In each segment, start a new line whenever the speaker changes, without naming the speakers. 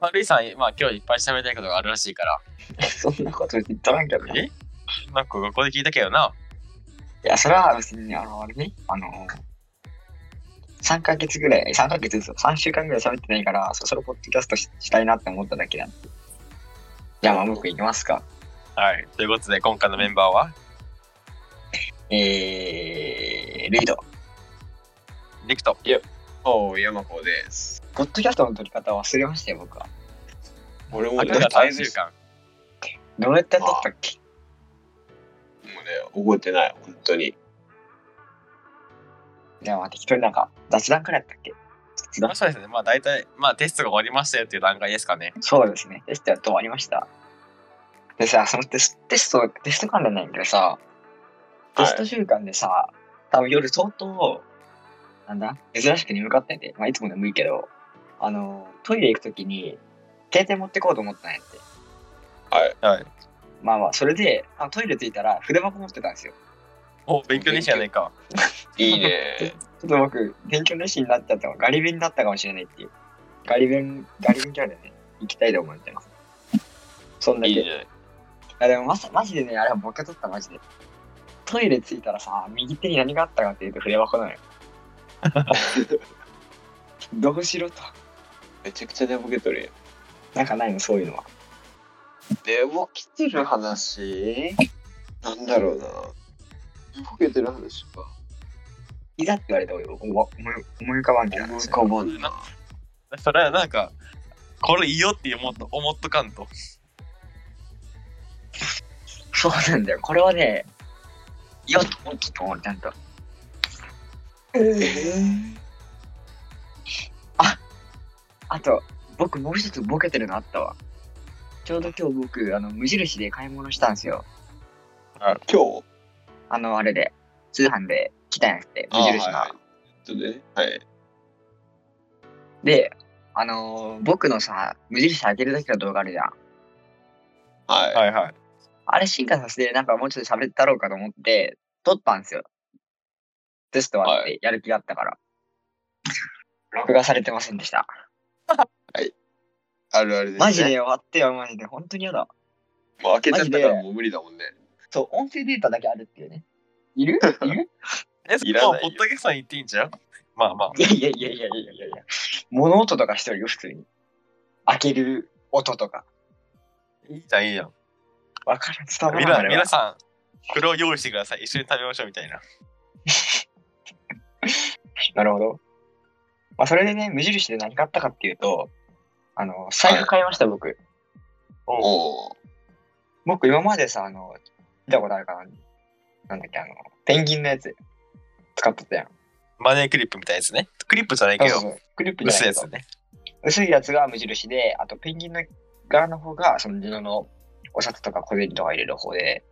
まあ、ルイさん、まあ、今日いっぱい喋りたいことがあるらしいから。
そんなこと言っとらんけどね。
なんか、ここで聞いたけどな。
いや、それは別に、あの、あれね、あの、3ヶ月ぐらい、3ヶ月ですよ。3週間ぐらい喋ってないから、そろそろポッドキャストししたいなって思っただけなんで。じゃあ、まあ、僕いきますか。
はい。ということで、今回のメンバーは、
えー、ルイド。
リクト。
おう、山子です。
ポッドキャストの撮り方忘れましたよ、僕は。
俺も
あ
ね、
とが
大
3
事
週間。
どうやって撮ったっけ
もうね、覚えてない、本当に。
じゃあ、まあ、適当になんか、雑談くらいやったっけ雑
ま
談
あ、そうですね。まあ、大体、まあ、テストが終わりましたよっていう段階ですかね。
そうですね。テストやっと終わりました。でさ、そのテステスト、テスト関連なんだけどさ、テスト週間でさ、多分夜相当、なんだ、珍しく眠かったんで、まあいつも眠いけど、あの、トイレ行くときに、携帯持ってこうと思ったんやって。
はい。
まあまあ、それで、あのトイレ着いたら筆箱持ってたんですよ。
お、勉強できたじゃないか。
いいね。
ちょっと僕、勉強熱心になっちゃったのガリ勉になったかもしれないっていう。ガリ勉、ガリ勉教でね、行きたいと思ってます。そんだ
いい
け。
ね。
あでもまさマジでね、あれは僕が取ったマジで。トイレ着いたらさ、右手に何があったかっていうと筆箱 なのよ。どうしろと。
めちゃくちゃ寝ぼけとるやん。
なんかないの、そういうのは。
寝ぼけてる話なんだろうな。寝ぼけてる話か。
いざって言われたら思い思い浮かばんけど。
思い浮かばんな。
それはなんか、これいいよって思っと思っとかんと。
そうなんだよ。これはね、よっと思ったと思う、ちゃんと。あ、あと、僕もう一つボケてるのあったわ。ちょうど今日僕、あの、無印で買い物したんですよ。
今日
あの、あれで、通販で来たんやって、無
あ
印が。
はいちょっとね。はい。
で、あのー僕のさ、無印開けるだけの動画あるじゃん。
はい。
はいはい。
あれ進化させて、なんかもうちょっと喋ったろうかと思って、撮ったんですよ。テストはっ
は
て、やる気があったから。録画されてませんでした。
あるあるです、ね。
マジで終わってよ、マジで。本当にやだ。
もう開けちゃったからもう無理だもんね。
そう、音声データだけあるっていうね。い るいる
え、
いら
もう
ない
ポ
よ
ッドキャストに行っていいんじゃんまあまあ。
いやいやいやいやいやいやいや。物音とかしてるよ、普通に。開ける音とか。
いいじゃん、いいじゃん。
わかる、伝わ
み
ら
ん
ない
な
あれは
皆さん、これを用意してください。一緒に食べましょうみたいな。
なるほど。まあ、それでね、無印で何買ったかっていうと、あの、財布買いました、僕。
おう
おお。
僕、今までさ、あの、見たことあるかななんだっけ、あの、ペンギンのやつ、使っとったやん。
マネークリップみたいなやつね。クリップじゃないけ
そうそ
ど、
うそうクリップじゃ
薄い
な
や
いけど
つね。
薄いやつが無印で、あと、ペンギンの柄の方が、その布のお札とか小銭とか入れる方で、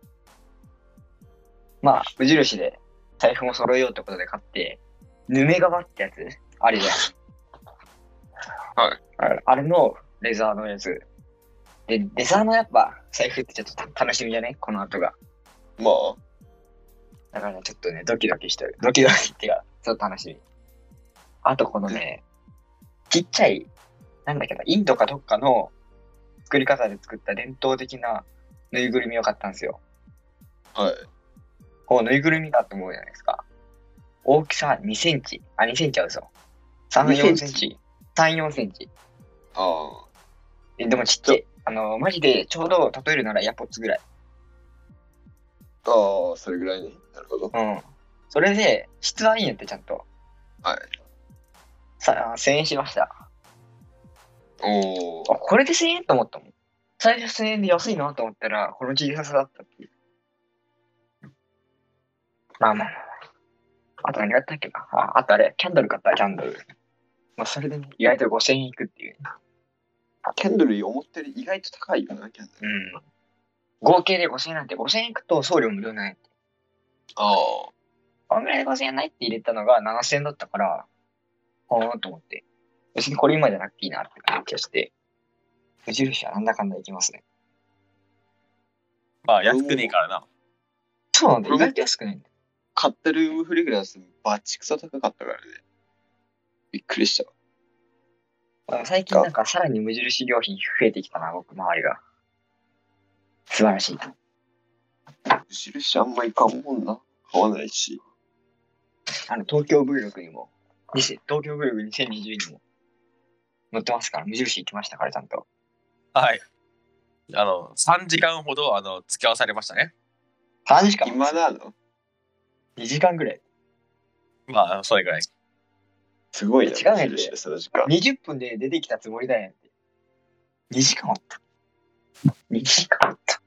まあ、無印で財布も揃えようってことで買って、ヌメ革ってやつ、あれじゃん。
はい。
あれあれのレザーのやつ。で、レザーのやっぱ財布ってちょっとた楽しみじゃねこの後が。
まあ、
だからね、ちょっとね、ドキドキしてる。ドキドキっていうか、ちょっと楽しみ。あとこのね、ちっちゃい、なんだっけな、インドかどっかの作り方で作った伝統的なぬいぐるみを買ったんですよ。
はい。
こう、ぬいぐるみだと思うじゃないですか。大きさ2センチ。あ、2センチは嘘。3、4センチ。3、4センチ。
あ
えでもちっちゃい。あの、マジで、ちょうど例えるならエアポッツぐらい。
あ。ああ、それぐらいね。なるほど。
うん。それで、質はいいんやって、ちゃんと。
はい。
さあ、1000円しました。
おお
あ、。これで1000円と思ったもん。最初1000円で安いなと思ったら、この小ささだったっていう。まあまあまあまあ。あと何があったっけな。あ、あとあれ、キャンドル買った、キャンドル。まあ、それでね、意外と5000円いくっていう。
キャンドル思ったより意外と高いよな、キャンドル。
うん。合計で5000円なんて、5000円いくと送料無料ない。
ああ。
こんぐらいで5000円ないって入れたのが7000円だったから、ほーんと思って。別にこれ今じゃなくていいなって感じがして。無印はなんだかんだいきますね。
まあ、安くねえからな。
そうなんだ、
うん
意外と安くないんだ。
買ったルームフレグランスバチクソ高かったからね。びっくりした。
あ最近なんかさらに無印良品増えてきたな、僕、周りが。素晴らしい。
無印あんまいかんもんな。買わないし。
あの、東京 Vlog にも、にせ東京 Vlog2020 にも載ってますから、無印行きましたから、ちゃんと。
はい。あの、3時間ほど、あの、付き合わされましたね。
3時間
今なの
?2 時間ぐらい。
まああの、それぐらい。
すごいな。
違うねんて
無印でその時間。
20分で出てきたつもりだよって。2時間あった。2時間あった。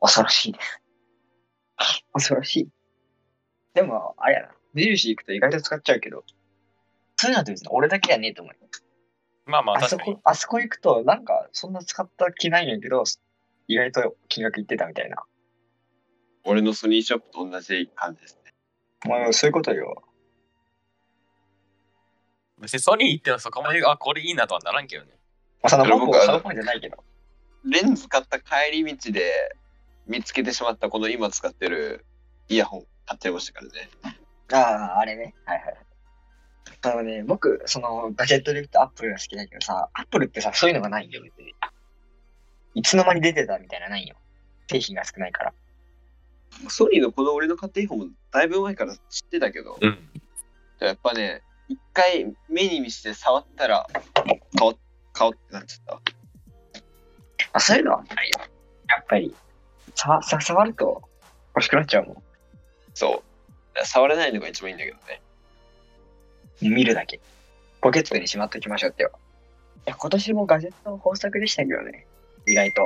恐ろしいです。恐ろしい。でも、あれやな。無印行くと意外と使っちゃうけど、そういうのって別に俺だけじゃねえと思うよ。
まあまあ、
あそ
確かに
こ。、あそこ行くと、なんか、そんな使った気ないんやけど、意外と金額いってたみたいな。
俺のソニーショップと同じ感じですね。
まあ、そういうことよ。
別にソニー行ってもそこまで、あ、これいいなとはならんけどね。
まあ、その本
僕
校、
は
その本じゃないけど。
レンズ買った帰り道で見つけてしまったこの今使ってるイヤホン買っちゃいましたからね。
ああ、あれね。はいはい。あのね、僕、その、ガジェットで言うとアップルが好きだけどさ、アップルってさ、そういうのがないんだよ、別に。いつの間に出てたみたいなないよ。製品が少ないから。
ソニーのこの俺の買ったイヤホンもだいぶ前から知ってたけど、
うん。
やっぱね、一回目に見せて触ったら買おう買おうってなっちゃった。
あ、そういうのはないよ。やっぱり。さ、さ、触ると欲しくなっちゃうも
そう。触れないのが一番いいんだけどね。
ん。見るだけ。ポケットにしまっときましょうってよ。いや、今年もガジェットの豊作でしたけどね。意外と。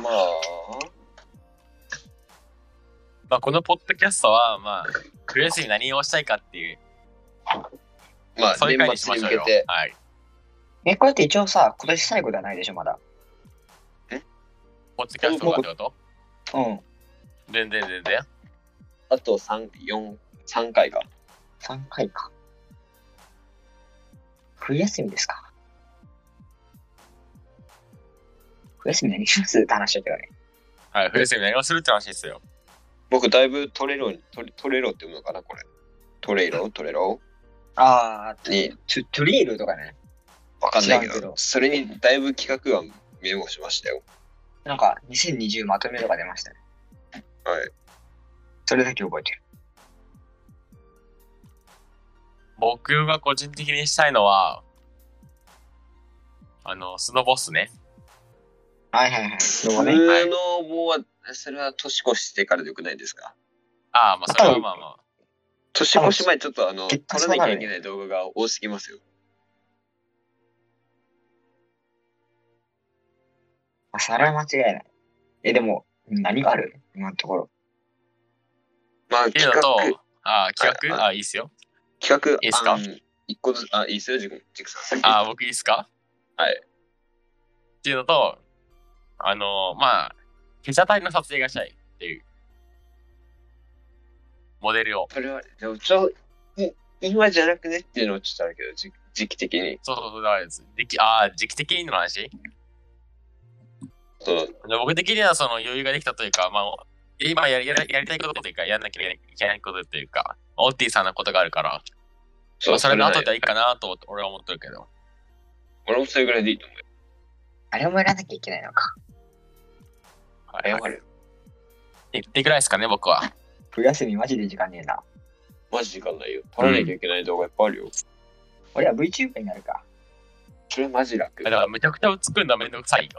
まあ、
まあ、このポッドキャストは、まあ、冬休み何をしたいかっていう、
まあ
そういう回に
年
し
末
ま
に
し
向
ょう
け
よ
て。、
はい。
え、これって一応さ、今年最後ではないでしょ、まだ。
ポッドキャストがってこと
うん。
全然全然。
あと3、4、3回か。
3回か。冬休みですか。冬休み何しますって話だけどね。
はい、冬休み何をするって話ですよ。
僕だいぶトレロに、トレトレロって読むのかなこれ。トレイロトレロ
ああ、
に
トゥトゥリールとかね。
わかんないけ
知らんけ
ど
ど、
それにだいぶ企画案メモしましたよ。
なんか2020まとめとか出ましたね。
はい。
それだけ覚えてる。
僕が個人的にしたいのは、あの、スノボっすね。
はいはいはい。そ
普
うね。
通の棒は、それは年越してからでよくないですか
ああ、まあ、それはまあまあ。
年越し前ちょっとあの、撮
結果
ら
そう
なき
な
ゃ
るね
いけない動画が多すぎますよ。
あそれは間違いない。え、でも、何がある今のところ。
まあ
って
企
いうの
画、
と、ああ、企
は
画あ
い
あ、いいっすよ。
企
いいっす
画
か
案、一個ずつ、あ、いいっすよ、ジクジクさん。
ああ、僕いいっすか
はい。
っていうのと、あの、まあ、被写体の撮影がしたいっていう。モデルを。
それは、でもちょ、い今じゃなくねっていうのはちょっとあるけど、時時期的に。
そうそうそう、だからです。できああ、時期的にの話
そう
で僕的にはその余裕ができたというか、まあ、今やりやりやりたいことというか、やんなきゃいけないことというか、オッティさんのことがあるから、そ,、まあ、それの後ではいいかなと思って俺は思ってるけど、
俺もそれぐらいでいいと思うよ。
あれもやらなきゃいけないのか。
はい、
謝る。
言ってくらいですかね、僕は。
冬休みマジで時間ねえな。
マジ時間ないよ。撮らなきゃいけない動画いっぱいあるよ。
俺は VTuber になるか。
それマジ楽。
だからめちゃくちゃ作るのはめんどくさいよ。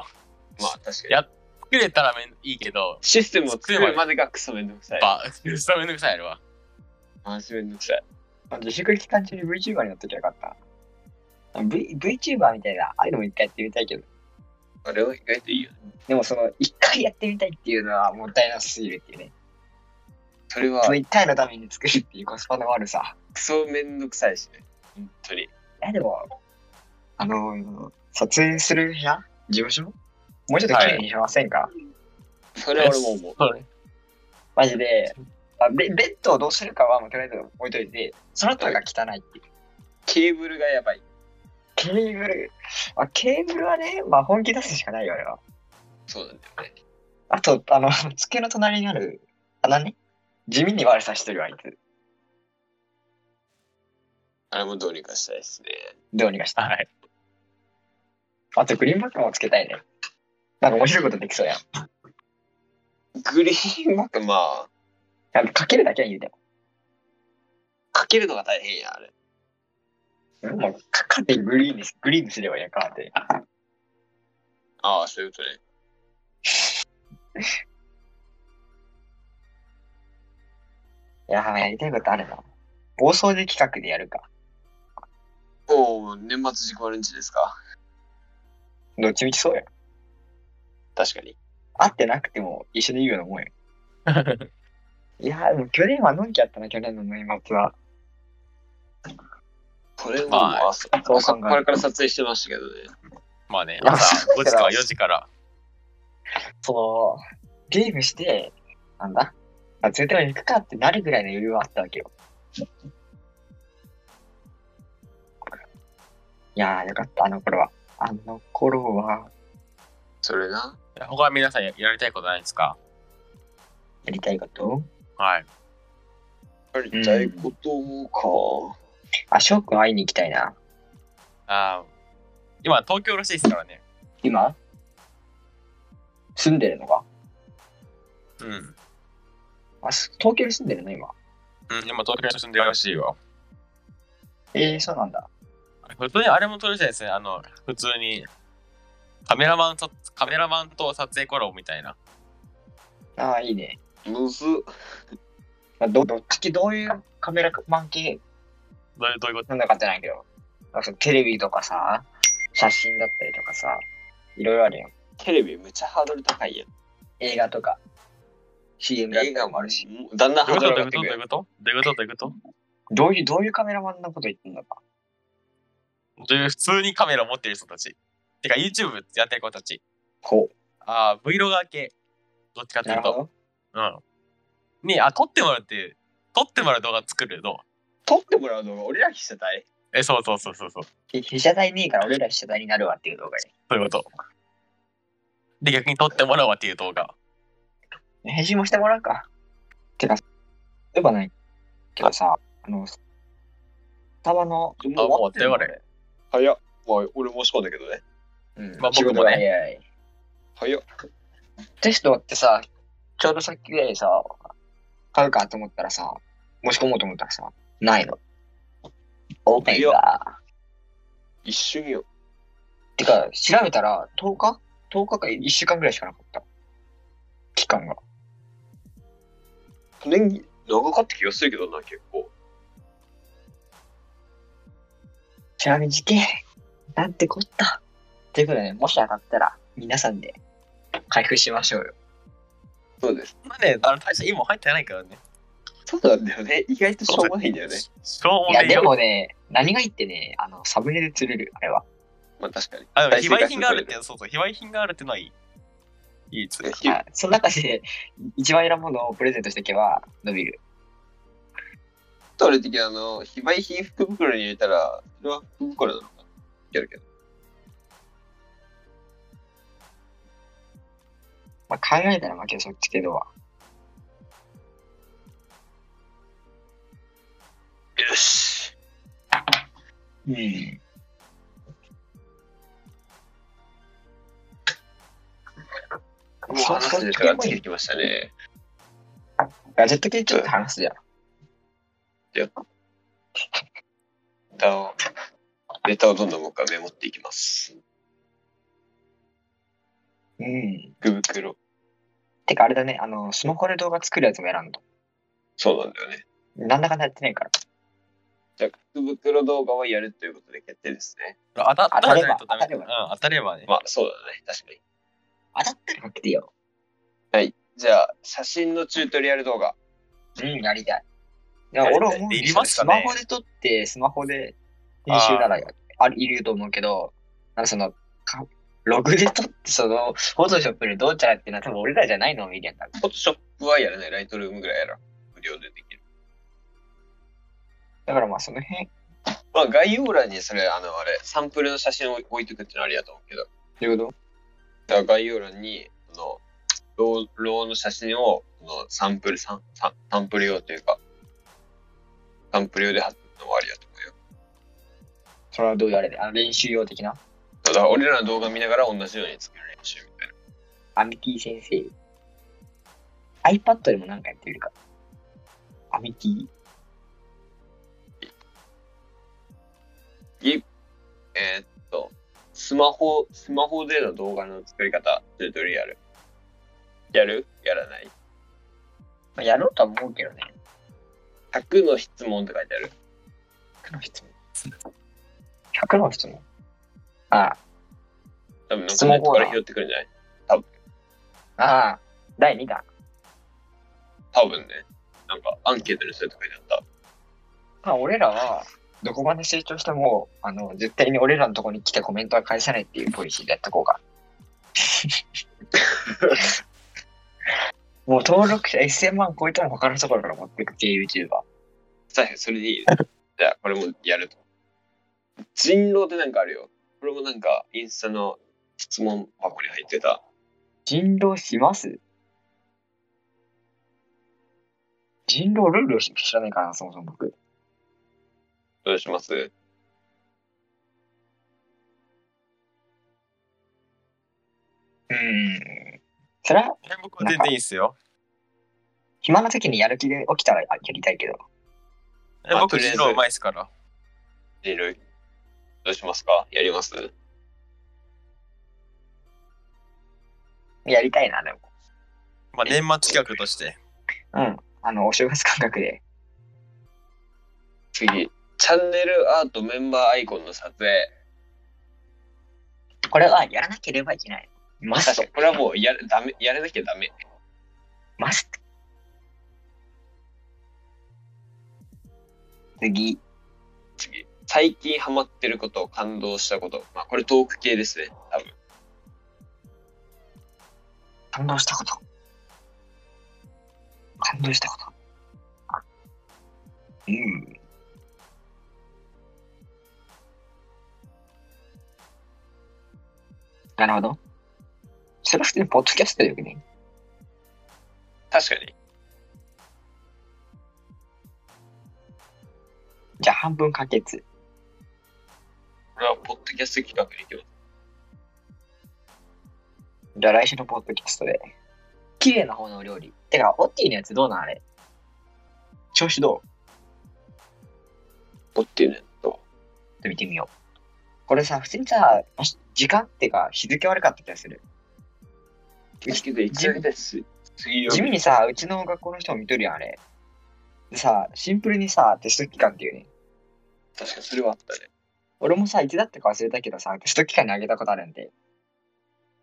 まあ確かに。
や作れたらめんいいけど、
システムを作るまでがクソめんどくさい。
やっぱ、 そうめんどくさいやろわ。
マジめんどくさい。
あ自粛期間中に VTuber になっときゃよかった。V、VTuber みたいな、ああいうのも一回やってみたいけど、
あれは意外といいよね。
でもその、一回やってみたいっていうのはもったいなすぎるっていうね。
それは
その一回のために作るっていうコスパの悪さ。
クソめんどくさいしね。本当に。
いやでも、あの、撮影する部屋事務所もうちょっと綺麗にしませんか、
それは俺も思う。
そうね。
マジで、あベベッドをどうするかはもうとりあえず置いといて、その後が汚いっていう。
ケーブルがやばい。
ケーブル、あケーブルはね、まあ本気出すしかないよ、あれは。
そうなんだよね。
あと、あの、 机の隣にある穴ね。地味に悪さしてるわ、あいつ。
あれもどうにかしたいですね。
どうにかした。
はい。
あとグリーンバックもつけたいね。なんか面白いことできそうやん。
グリーンバック、まあ、
なんかかけるだけは言うて
かけるのが大変や、あれ。
も。もうかかってグリーンにす、グリーンにすればいいやんかって。
ああ、そういうことね。
いやー、やりたいことあるな。暴走で企画でやるか。
おお、年末自己アレンジですか。
どっちみちそうやん。
確かに。
会ってなくても一緒でいいようなもんや。いやー、でも去年はのんきやったな、去年の年末は。
これは
ま
もう
あ
朝、
そう
朝
考
っ
える
ぱらから撮影してましたけどね。
まあね、
いや
朝5時から4時から。
そう、ゲームして、なんだ、あ絶対行くかってなるぐらいの余裕はあったわけよ。いやー、よかった、あの頃は。あの頃は、
それな。
他は皆さんややりたいことないですか
やりたいこと
はい。
やりたいことか。
あ、翔くん会いに行きたいな。
あー今、東京らしいですからね。
今住んでるのか
うん。うん、
あ、す東京に住んでるの今。
今、東京に住んでるらしいよ。
えー、そうなんだ。
普通にあれも撮りたいですね。あの、普通に。カメラマンと、カメラマンと撮影コラボみたいな。
ああ、いいね。
むずっ。
まあ、どどっち系どういうカメラマン系
どういうどういうこ
なんだかってないけど、なんかそのテレビとかさ、写真だったりとかさ、いろいろあるよ。
テレビめっちゃハードル高いやん。
映画とか、CM だった
映
り
画
とかも
も
あ
あ
る
る
し
し。、だんだん
とど
ハ
うい
ー
うこ
ド
と
ル
どういう
が
こ
上がって
と
く
どうい
る
う。ことどういうことどういうこと
どういう、どういうカメラマンのこと言ってんのか。
どういう普通にカメラを持ってる人たち。てか YouTube やってる子たち。
ほ
ああ、Vlogger 系。どっちかっ
う。
てい
なる
うと。
ほど。
うん。ねえあ、撮ってもらうって、撮ってもらう動画作るの。
撮ってもらうのが俺らにしてたい。
え、そうそうそうそうそう。
ひ被写体ねえから俺ら被写体になるわっていう動画
そういうこと。で、逆に撮ってもらうわっていう動画。
で。編集もしてもらうか。てか、例えばないけどさ、あの、スタバの、
もう
あ、もう終わったよ、あ
終
れ。
早っ。まあ、俺申し込んだけどね。
うん
まあ僕もね
仕事が早い。
早っ。
テストってさ、ちょうどさっきぐらいさ、買うかと思ったらさ、申し込もうと思ったらさ、ないの。オープンだ。
一瞬よ。
てか、調べたら10日 ?10 日か1週間ぐらいしかなかった。期間が。
去年長かった気がするけどな、結構。
ちなみに事件、なんてこった。ということで、もし当たったら、皆さんで開封しましょうよ。
そうです。
まあね、あの、大したいいもん入ってないからね。
そうなんだよね。意外としょうもないんだよね。
しょう
い
も
や、
ない
で
よ。
もね、何がいいってね、あの、サムネで釣れる、あれは。
まあ確かに。
あ、でも、
大
非
正解
売品があるって、そうそう、非売品があるってのはいい。いいですね。
いや
はいその中で、一番選ぶものをプレゼントしていけば、伸びる。
取れてきたあの、非売品福袋に入れたら、それは福袋なのかいけるけど。
まあ、考えたら負けそっちけど、
よし。
うん
もう話す時間がついてきましたね。
ガジェット系ちょっと話すじゃん。
ネタを、ネタをどんどん僕はメモっていきます。
うん。
福袋。
てかあれだね、あの、スマホで動画作るやつも選んだ。
そうなんだよね。
なんだかんだやってないから。
じゃあ、福袋動画はやるということで決定ですね。
当たったらじゃないとダメだ。
当たれ
う
ば当たれ
ん、当たればね。
まあ、そうだね。確かに。
当たったら買ってよ。
じゃあ、写真のチュートリアル動画。
うん、やりたい。いや、
やり
俺
たい
は思うんで
いり
す
ます
ス
かね
マホで撮って、スマホで編集ならあるいると思うけど、なんかその、かログで撮って、その、フォトショップでどうちゃらっていうのは多分俺らじゃないのを見るやんだ。
フォトショップはやらない。ライトルームぐらいやら。無料でできる。
だからまあその辺、
まあ、概要欄にそれ、あの、あれ、サンプルの写真を置いとくってのはありだと思うけど。
というこ
だから概要欄に、その、ローローの写真をそのサンプルサン、サンサンプル用というか、サンプル用で貼ってるのもありだと思うよ。
それはどういうあれであの練習用的な
だから俺らの動画見ながら同じように作る練習みたいな。
アミティ先生。iPad でもなんかやってみるか。アミティ。
えーっと、スマホ、スマホでの動画の作り方、チュートリアル。やるやらない
まあ、やろうとは思うけどね。
?100 の質問って書いてある。
100の質問。100の質問あ
多分なん
質
か
問
ネット
コー
か
ナー
ら拾ってくるんじゃない
あ、ああ、第2弾。
多分ね。なんかアンケートにするって書いてあっ
まあ、俺らは、どこまで成長しても、あの、絶対に俺らのとこに来てコメントは返さないっていうポリシーでやってこうか。もう登録者1000万超えても他のところから持っていくっていう YouTuber。
た。確かにそれでいいね。じゃあこれもやると。人狼ってなんかあるよ。これもなんかインスタの質問箱に入ってた。
人狼します人狼ルールを知らないからな、そもそも僕。
どうします
うーん。それは、
え僕は全然いいっすよ。
暇な時にやる気で起きたらやりたいけど。
え
まあと
僕、
りあえず
人狼うまいっすから。
人類どうしますかやります
やりたいな、でも。
まあ、年末企画として。
うん。あの、お正月感覚で。
次。チャンネルアートメンバーアイコンの撮影。
これはやらなければいけない。マスト
確かに。これはもうやるダメやらなきゃダメ。
マスト。次。
次。最近ハマってること、感動したこと。まあこれトーク系ですね。多分。
感動したこと。感動したこと。うん。なるほど。それは普通にポッドキャストだよね。
確かに。
じゃあ半分可決。
これはポッドキャスト企画に行きます。
じゃあ来週のポッドキャストで。綺麗な方のお料理。てか、オッティのやつどうなんあれ調子どう
ポッていうね
ち
と。
ょっと見てみよう。これさ、普通にさ、もし時間っていうか日付悪かった気がする。
ですけど、い
きなり
です。次
地味にさ、うちの学校の人も見とるやん、あれ。でさ、シンプルにさ、テスト期間っていうね。
確かにそれはあったね。
俺もさ、いつだったか忘れたけどさ、テスト期間にあげたことあるんで。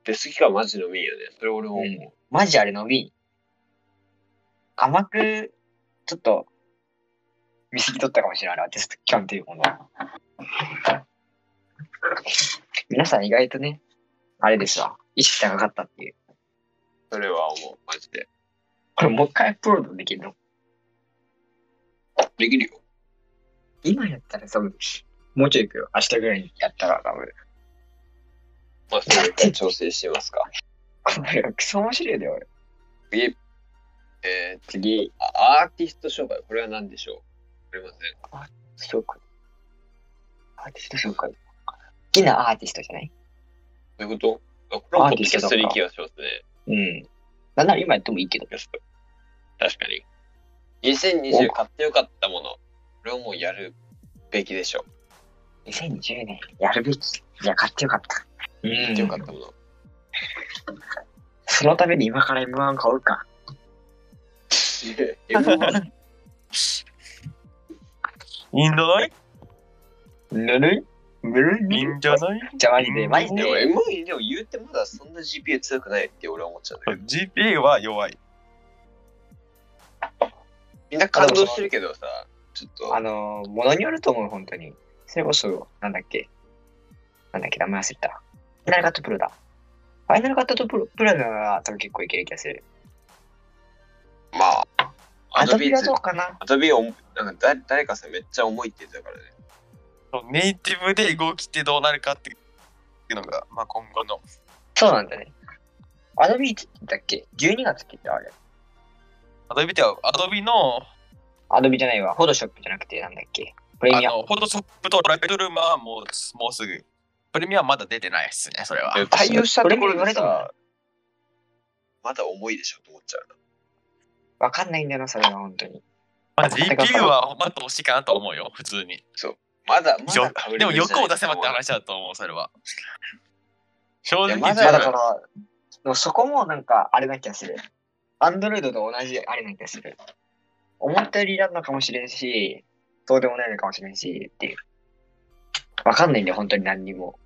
ベスト期間マジのみいよね。それ俺も思う。
うんマジあれのみ。甘く、ちょっと、見過ぎとったかもしれないな、テスト期間っていうものは。皆さん意外とね、あれですわ。意識高かったっていう。
それは思う。マジで。
これもう一回アップロードできるの
できるよ。
今やったら多分、もうちょい行くよ。明日ぐらいにやったら多分。
まあ、それで調整してみ ますか。
これはクソ面白いだよ、俺。
次。えー、
次、
あアーティスト紹介。これは何でしょうありません。
紹介。アーティスト紹介。好きなアーティストじゃない
どういうことあこれは
ア
ポ
ー
ッ
ティ
ドキャ
ストと
スト
か
に行きがしますね。
うん。なんなら今やってもいいけど。
ポッドキャスト確かに。2020買ってよかったもの。これをもうやるべきでしょ。
2020年、やるべき。いや、買ってよかった。う
買っ
ん
てよかった もの。
そのために今から M1 買うか。
いい
M1
んじゃない
ぬるいぬるい
いいんじゃない
じゃあマジで、マジ
で
で。
も M1 でも言うてまだそんな GPA 強くないって俺は思っちゃうんだけど。
?GPA は弱い。
みんな感動してるけどさ、ちょっと
あのー、ものによると思う、本当に。それこそ、なんだっけ。なんだっけ、名前忘れた。ファイナルカットプロだ。ファイナルカットプロプロなら多分結構いける気がする。
まあ、
アドビが
ア
どうかな
ドビは重いなんかだ誰かさめっちゃ重いって言ってたからね。
ネイティブで動きってどうなるかっていうのが、まあ、今後の。
そうなんだね。アドビーって言ったっけ ?12 月って言ったあれ。
アドビでは、アドビの
アドビじゃないわ。フォトショップじゃなくてなんだっけプレ
あ
ミア。
の、フォトショップとライトルームはもうもうすぐ。プレミアムはまだ出てないですね、それは。
で対応したところで
それも言われ
さ、まだ重いでしょと思っちゃうな。
わかんないんだよな、それは本当に。
まあ、GPU はまだ欲しいかなと思うよ、普通に。
まだ、ま
よ
だ買う
で
レ
も
ベルじゃない
欲を出せばって話だと思う、それは。正直
いやま
まあ
だ
だから、でもそこもなんかあれな気がする。アンドロイドと同じあれな気がする。思ったよりなのかもしれんし、そうでもないのかもしれんしっていう。わかんないんだよ、本当に何にも。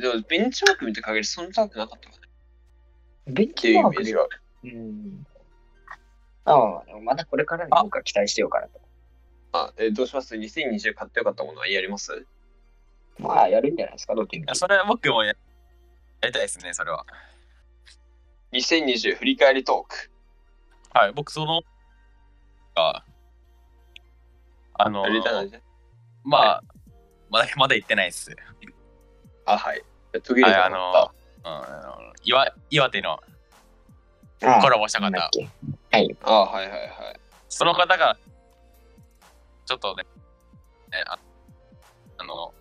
でも、ベンチマーク見た限りそんな高くなかったかなっ
ベン
てい
チ
うイメ
マー
ー
ク
ジ
で。
がある。
うん。ああ、でもまだこれからで僕は期待してようかなと。
あ、えーどうします ?2020 買ってよかったものはやります
まあ、やるんじゃないですか、どっちに
いや。それは僕もややりたいですね、それは。
?2020 振り返りトーク。
はい、僕その、ああの
あ、れじゃない
まあ、まだまだ行ってないです。
あ、はい。途切れたの
はうんあの岩岩手の
あ
コラボした
なん
方、
だっけ
あ、あはいはいはい。
その方が、ちょっとね、ねああの、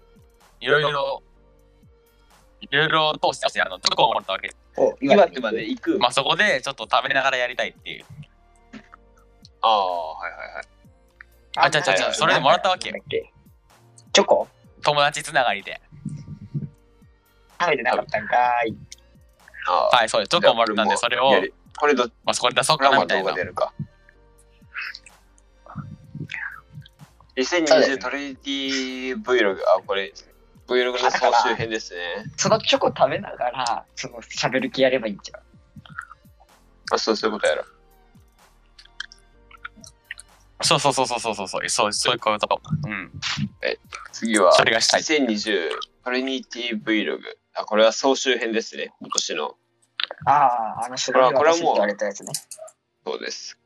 いろいろ、いろいろ通して、あの、チョコをもらったわけです。
お
岩手まで行く。
まあ、そこでちょっと食べながらやりたいっていう。
ああ、はいはいはい。
あちゃちゃちゃそれでもらったわけよ
なんだっけチョコ
友達つながりで。
食べてなかったんかーい。
あ
はい、そうです。チョコをもらったんで、それを
あ、やりこれどっ
まあ、そこで出そう
これ
かな
はまあ
みたい
動
な
画で。やるか。
そうです
2020トレディ Vlog、あ、これ、Vlog の総集編ですね。
そのチョコ食べながら、その喋る気やればいいんちゃう
あ、そう、そういうことやろ。
そうそうそうそうそうそうそうそうそういうこと。うん。
次は、
それがしたい。
2020トレニティ Vlog。あ、これは総集編ですね。今年の。
ああ、あのすごい
これは
私って
これはもう
言われたやつね。
そうです。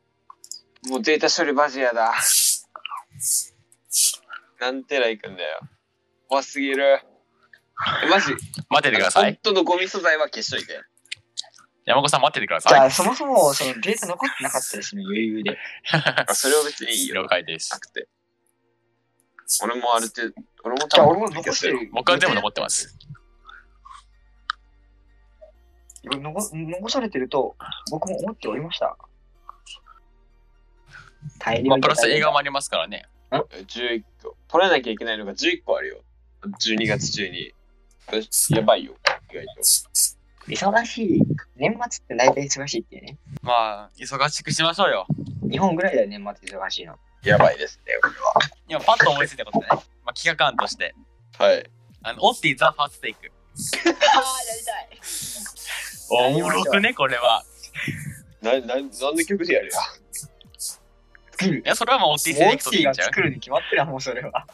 もうデータ処理バジアだ。なんてらいくんだよ。怖すぎる。えマ ジ、
待っててください
本。当のゴミ素材は消しといて。
山子さん待っててくだ
じゃ
さい
あ、。そもそもそのデータ残ってなかったですね、余裕で。
あそれは別にいいよ。
了解です
な。くて。俺もある程度、俺も
じゃ
多
あ、
分
俺も残してる。
僕は全部残ってます。
残残されてると、僕も思っておりました。大量
まあ、
に
プラス映画もありますからね。
11個。取らなきゃいけないのが11個あるよ。12月中に。私やばいよ、意外と。
忙しい。年末って大体忙しいっていうね。
まあ、忙しくしましょうよ。
日本ぐらいだよ、年末忙しいの。
やばいですね、こ
今、パッと思いついたことね。 まあ、企画案として。
れは。はい。
あの、オッティザ・ファーストテイク。
ああ、やりたい。
おもろくね、これは。
な、な、なんで曲でやるよ。
いや、それはもうオッティセ
モ
レ
ー
クト
テ
でい
ィ
いん
が
ちゃう
作るに決まってるやんもうそれは。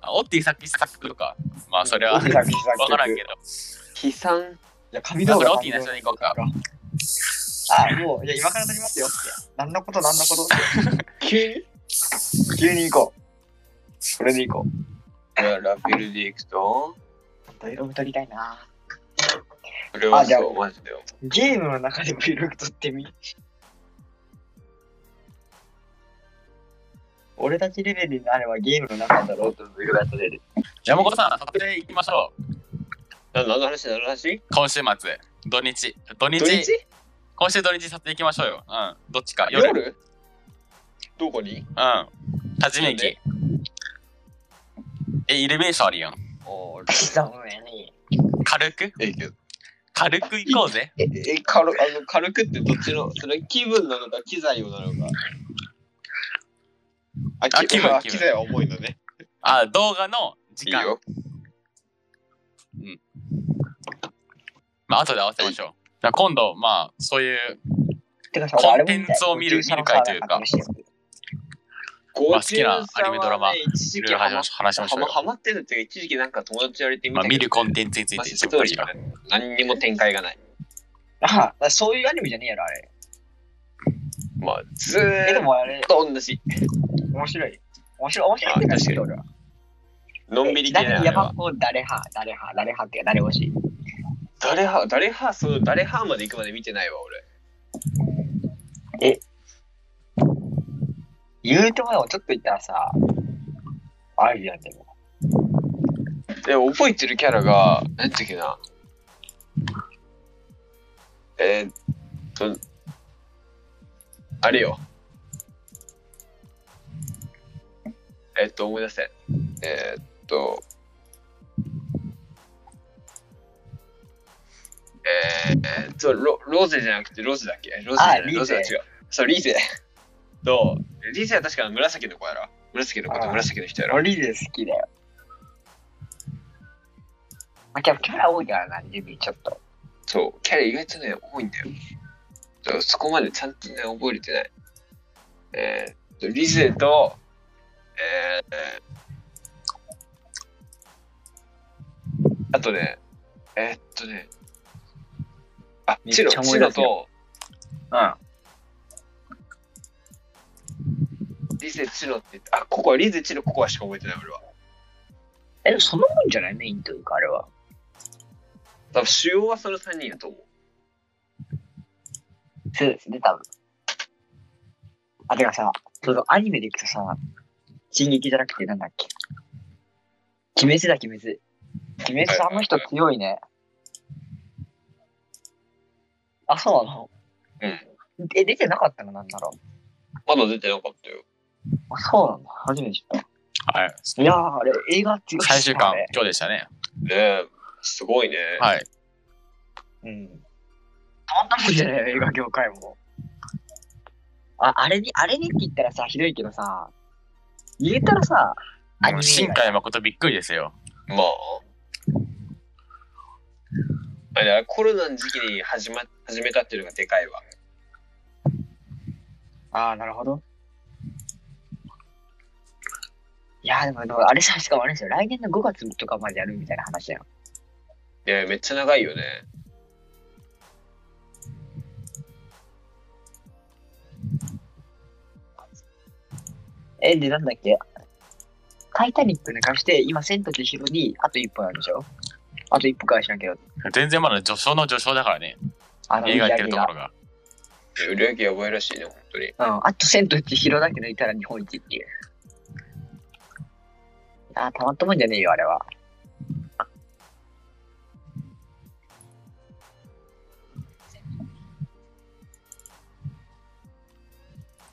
あオッティ作詞作曲とか。まあ、それは
オッティ作詞作曲
わからんけど。
悲惨。
いや、紙動
それ
画
オッティの人に行こうか。
あ、もう、いや、今から撮りますよって。何のこと、何のこと
急に
急に行こう。それで行こう。
ラフィルディ行くと、
Vlog 撮りたいな。
これは
あじゃあ
そう、マジで思う。
ゲームの中で Vlog 撮ってみ。俺たちレベルになればゲームの中だろうと Vlog が撮れる。
山子さん、撮影行きましょう。
な何の話何の話
今週末、土日。土日、
土日
今週土日撮影行きましょうよ。うん。どっちか、夜。
夜どこに
うん。立ち見駅。え、イルミネーションあるやん。
あ
だもんやね。
軽く
ええけど。
軽く行こうぜ。
え、え軽あの軽くってどっちのそれ気分なのか機材用なのか。あ、
あ気分
あ
気分
機材は重いのね。
あ、動画の
い
時
い
間。
よ。
まあ、後で合わせましょう。だから今度、まあ、そういう、
てかさ、
コンテンツを見る
俺あれ
見る
も
会というか
宇宙船のさな
まあ好きなアニ
んか
53
メドラマ
はね一
いろ
時
い
期
ろ
ハマ
話し話しましょうよ。
ハマってるっていうか一時期なんか友達やれてみ
ま
た
あ、
けど
見るコンテンツについ
まあ
て
ス
自
ト
分
ー
た
リ
ち
ーが
が。
ね何にも展開がない。
話あ、だからそういうアニメじゃねえやろ、あれ。
まあ、ず
え、で
ーっ
もあれ、
と同じ。
面白い。面白い、面白いって感じだ俺は。
のんびり
ち
系
な
だ
みに
よね。
山子誰派、誰派、誰派っていうか誰欲しい。
誰派、誰派、その誰派まで行くまで見てないわ、俺。
い言うてもでもちょっと言ったらさ、あるやんでも。
で覚えてるキャラが、なんていうっけな。えーっと、あれよ。えーっと、思い出せ。えーっと、えー、そうロローゼじゃなくてローゼだっけローゼじゃ
あ
ない
リ
ロ
ー
ーゼ
ゼ
は違う。そう、リーゼ。と、リーゼは確か紫の子やろ。紫の子と
あー
紫の人やろ。
ロリーゼ好きだよ。まあ、キャキャラ多いからな、指ちょっと。
そう、キャラ意外とね、多いんだよ。だからそこまでちゃんとね、覚えれてない。えー、とリゼと、えー、あとね、えー、っとね、あ、チロ、
めっちゃ思
チ
い
ロ
出す
と、
うん。
リゼ、チロって言って、あ、ここはリゼ、チロ、ここはしか覚えてない、俺は。
え、でもそのもんじゃないメインというか、あれは。
多分主要はその3人やと思う。
そうですね、多分。あ、てかさ、そのアニメでいくとさ、進撃じゃなくてなんだっけ。鬼滅だ、鬼滅。鬼滅あの人強いね。あ、そうなのえ、出てなかったのなんだろう。
まだ出てなかったよ。
あ、そうなんだ。初めて知っ
はい。
た。いやー、あれ、映画強いっすね
最終巻
あれ、
今日でしたね。
ねえ、すごいね。
はい。
うん。たまんなもんじゃないよ、映画業界も。あ、あれに、あれにって言ったらさ、ひどいけどさ、言えたらさ、アニメ映画
新海誠びっくりですよ。
まあ。あれだコロナの時期に始,、ま、始めたっていうのがでかいわ。
ああ、なるほど。いやー、でも、でもあれさ、しかもあれですよ、来年の5月とかまでやるみたいな話だよ。
ねえめっちゃ長いよね。
え、で、なんだっけタイタニック抜かして、今、千と千尋にあと一歩あるでしょあと一歩かは知らんけど。
全然まだ序章の序章だからね。
あの、
映画やってる
売り
と
上
こ
げ
ろが。
売り上げやばいらしいね、本当に。
がうん、あと千と千尋だけ抜いたら日本一っていう。ああ、たまったもんじゃねえよ、あれは。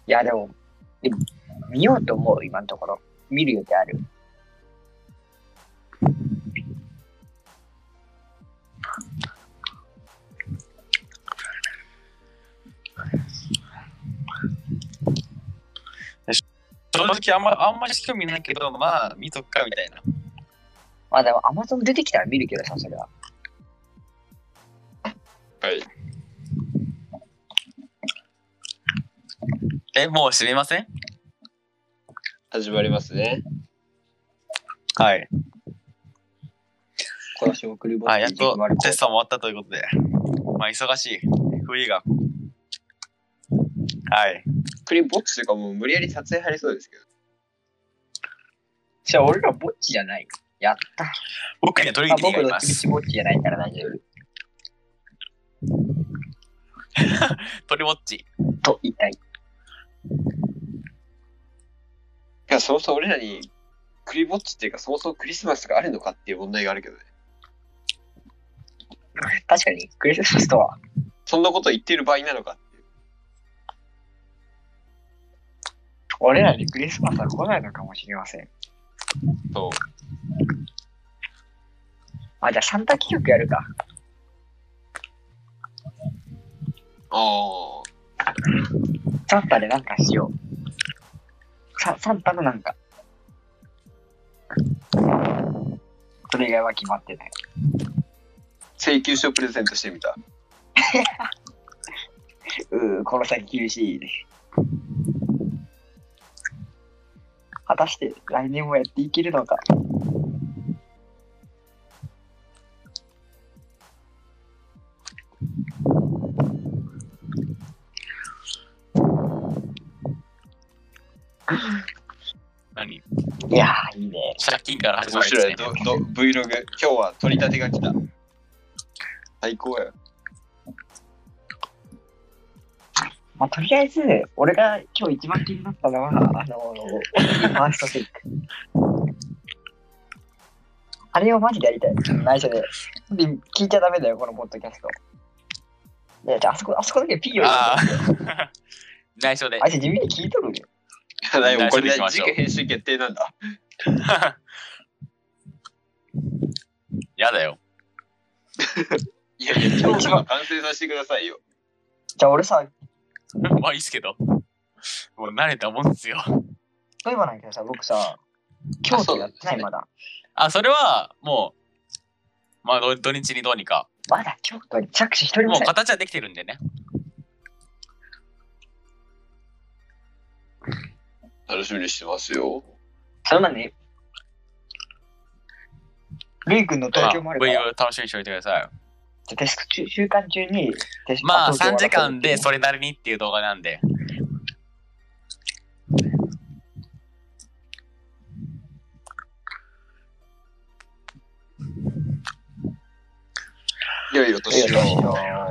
いや、でも、でも見ようと思う、今のところ。見る予定ある。
正直あんま、あんまり興味ないけど、まあ、見とくかみたいな。
まあでも、アマゾン出てきたら見るけどさ、それは。
はい。
え、もう知りません
始まりますね。
はい。
今年送り
あ、やっとテストも終わったということで。まあ、忙しい。冬が。はい。
クリぼっちというかもう無理やり撮影入りそうですけど。
じゃあ、俺らぼっちじゃない。やった。
僕には取り
あ
に行
僕
き
の
ま
ちびち
す。
ぼっちじゃないから大丈夫。
鳥ウォッチ。
と言いたい。
いや、そもそも俺らにクリぼっちっていうか、そもそもクリスマスがあるのかっていう問題があるけどね。
確かに、クリスマスとは。
そんなこと言ってる場合なのかっていう。
俺らにクリスマスは来ないのかもしれません。
そう。
あ、じゃあサンタ企画やるか。
ああ。
サンタでなんかしよう。ササンタのなんか。それ以外は決まってない。
請求書プレゼントしてみた。
うー、この先厳しいね。果たして来年もやっていけるのか。
何
いやー、いいね。
借金から始ま
面
る
白
や
い。
つ
ど
ね。
ど Vlog。今日は取り立てが来た。最高や。
まあ、とりあえず、俺が今日一番気になったのは、あの、ファーストテイク。あれをマジでやりたい。内緒で。で聞いちゃダメだよ、このポッドキャスト。で、じゃあ、あそこ、あそこだけピーを
ああ。 内緒で
あ。いつ地味に聞いとるよ。
やだいぶこれ
大
で
丈夫にしま
次
しょう
回編集決定なんだ。
やだよ。
いやい や、今日は完成させてくださいよ。
じゃあ、俺さ、
まあいいっすけど。もう慣れたもんですよ。
例えばなんだけどさ、僕さ、京都やってない、まだ。
あ、それはもう、まあ土土日にどうにか。
まだ京都に着手一人も
もう
ない。
形はできてるんでね。
楽しみにしてますよ。
そんなにルイ君の
ま
東
あ
京もある
V
か
を
ら、
楽しみにしておいてください。
じゃあテスト中週間中にテスト
まあ
東京
3時間で
終わ
それなりにっていう動画なんで。
良いお
らせ
年
るっていう
を。
いやいや